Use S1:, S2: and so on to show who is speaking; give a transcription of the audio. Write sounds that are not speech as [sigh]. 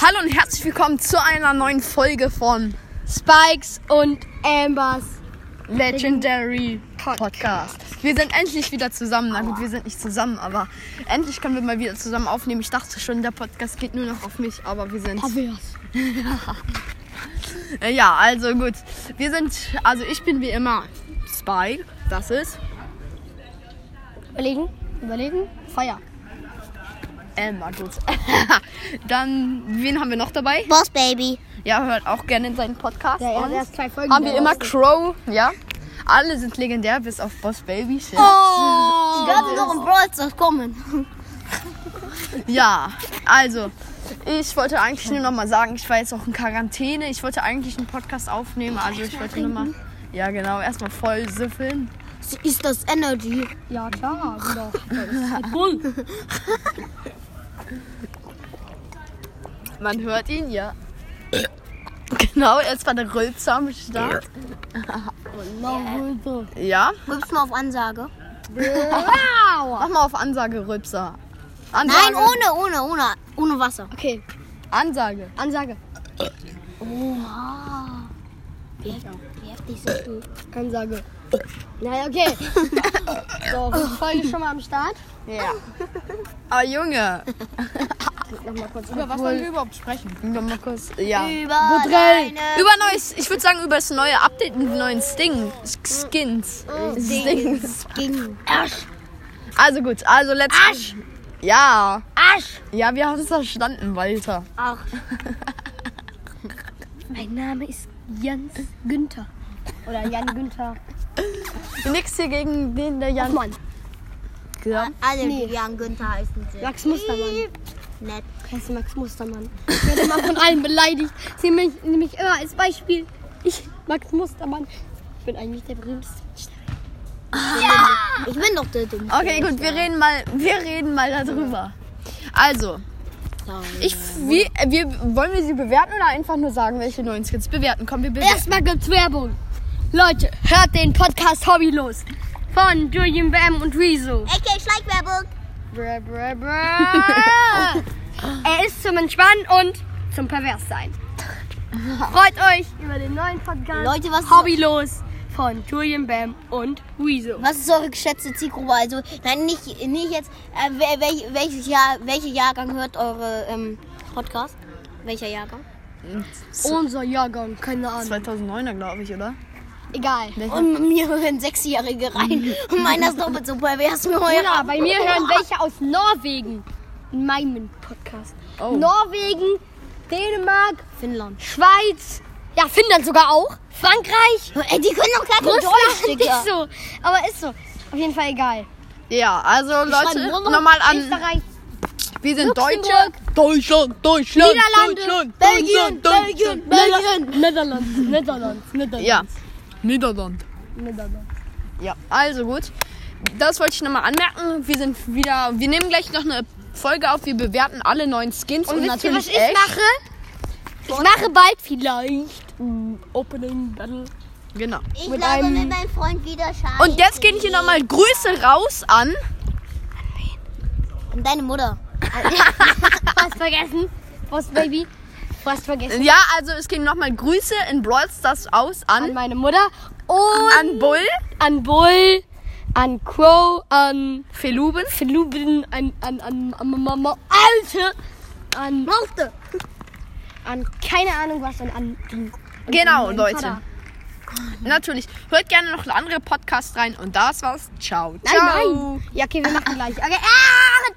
S1: Hallo und herzlich willkommen zu einer neuen Folge von
S2: Spikes und Ambers.
S1: Legendary Podcast. Wir sind endlich wieder zusammen. Na gut, wir sind nicht zusammen, aber endlich können wir mal wieder zusammen aufnehmen. Ich dachte schon, der Podcast geht nur noch auf mich, aber wir sind.
S2: Pervers.
S1: Äh, Ja, also gut. Wir sind, also ich bin wie immer Spike. Das ist
S2: Überlegen, überlegen, Feuer.
S1: Elmar, Ähm, gut. [laughs] Dann, wen haben wir noch dabei?
S2: Boss Baby.
S1: Ja, hört auch gerne in seinen Podcast.
S2: Der
S1: Und-
S2: hat erst zwei Folgen.
S1: haben wir immer
S2: gemacht.
S1: Crow, ja. Alle sind legendär, bis auf Boss Baby. Shit.
S2: Wir haben noch ein Brawl Stars kommen.
S1: Ja, also, ich wollte eigentlich nur noch mal sagen, ich war jetzt auch in Quarantäne. Ich wollte eigentlich einen Podcast aufnehmen, also ich wollte nur mal... Ja, genau, erstmal voll süffeln.
S2: Ist das Energy? Ja, klar. Doch.
S1: Man hört ihn, ja. [coughs] Genau, jetzt war der Rülpser am Start. Ja,
S2: Gibt's mal auf Ansage?
S1: mach mal auf Ansage, Rülpser. Ansage.
S2: Nein, ohne, ohne, ohne, ohne Wasser. Okay,
S1: Ansage.
S2: Ansage. Oha. Wie heft- wie heftig sind die?
S1: Ansage.
S2: Naja, [laughs] okay. So, Folge schon mal am Start.
S1: Ja. Ah, [laughs] Junge.
S2: Nochmal kurz
S3: Über was wollen wir überhaupt sprechen?
S1: Noch mal kurz. Äh, Ja.
S2: Über
S3: Modell.
S2: deine
S1: Über neues, ich würde sagen, über das neue Update und die neuen Sting, Skins. Stings.
S2: Ging.
S1: Also gut, also let's. Asch! Ja.
S2: Arsch.
S1: Ja, wir haben es verstanden, Walter.
S2: Ach. mein Name ist Jens Günther. Oder Jan Günther.
S1: Nix hier gegen den, der Jan.
S2: Mann.
S1: Ja.
S4: Alle, die Jan Günther heißen, sind
S2: Max Mustermann.
S4: nett.
S2: Kennst du Max Mustermann? Ich werde immer von allen beleidigt. Sie nehmen mich, nehmen mich immer als Beispiel. Ich, Max Mustermann. Ich bin eigentlich der berühmteste Mensch.
S4: Ich bin doch der Dumme.
S1: Okay, gut, wir reden mal, wir reden mal darüber. Also, ich, wie, äh, wir, wollen wir sie bewerten oder einfach nur sagen, welche neuen Skins bewerten? Komm, wir bewerten.
S2: Erstmal gibt's Werbung. Leute, hört den Podcast Hobbylos von Julian Bam und Rezo.
S4: Okay, Schleichwerbung.
S2: Brä, brä,
S4: [laughs]
S2: brä. er ist zum Entspannen und zum Perverssein. Freut euch über den neuen Podcast
S4: Leute, was ist-
S2: Hobbylos von Julian Bam und Weasel.
S4: Was ist eure geschätzte Zielgruppe? Also, nein, nicht, nicht jetzt. Äh, wel, wel, welches Jahr, welcher Jahrgang hört eure ähm, Podcast? Welcher Jahrgang?
S2: Unser Jahrgang, keine Ahnung.
S1: 2009er, glaube ich, oder?
S2: Egal.
S4: Und mir hören
S2: [laughs]
S4: Sechsjährige rein. Und meiner ist doppelt so pervers wie
S2: Oder
S4: euer.
S2: bei mir hören welche aus Norwegen in meinem Podcast.
S1: Oh.
S2: Norwegen, Dänemark,
S4: Finnland.
S2: Schweiz, ja Finnland sogar auch, Frankreich,
S4: Ey, Äh, die können doch gar kein Deutsch,
S2: Russland,
S4: Digga.
S2: ist so. Aber ist so. Auf jeden Fall egal.
S1: Ja, also Leute, nochmal an.
S2: Österreich,
S1: Wir sind Deutsche.
S2: Luxemburg.
S1: Deutschland, Deutschland,
S2: Niederlande,
S1: Deutschland,
S4: Belgien,
S1: Deutschland, Deutschland.
S4: Belgien, Belgien.
S2: Niederland, Niederland, Niederland, Niederland.
S1: Ja, Niederland.
S2: Niederland.
S1: Ja, also gut. Das wollte ich nochmal anmerken. Wir sind wieder. Wir nehmen gleich noch eine Folge auf. Wir bewerten alle neuen Skins und,
S2: Und, wisst ihr, was
S1: natürlich
S2: ich
S1: echt.
S2: mache? Ich mache bald vielleicht ein Opening Battle.
S1: Genau.
S4: Ich
S2: Mit
S4: lade
S2: einem-
S4: mit meinem Freund wieder Scheiße.
S1: Und jetzt gehen hier nochmal Grüße raus an.
S4: Und deine [laughs] Mutter.
S2: Fast vergessen. Was, Baby? Fast vergessen.
S1: Ja, also es gehen nochmal Grüße in Brawl Stars aus
S2: An
S1: an.
S2: meine Mutter. Und
S1: An Bull,
S2: an Bull, an Crow, an
S1: Feluben.
S2: Flubin, an, an, an, an Mama, Alte, an Maute, an keine Ahnung was und an die. und
S1: Genau,
S2: an meinen
S1: Leute.
S2: Vater.
S1: Natürlich. Hört gerne noch andere Podcasts rein. Und das war's. Ciao.
S2: Nein,
S1: Ciao.
S2: nein. Ja, okay, wir machen gleich. Okay, ah,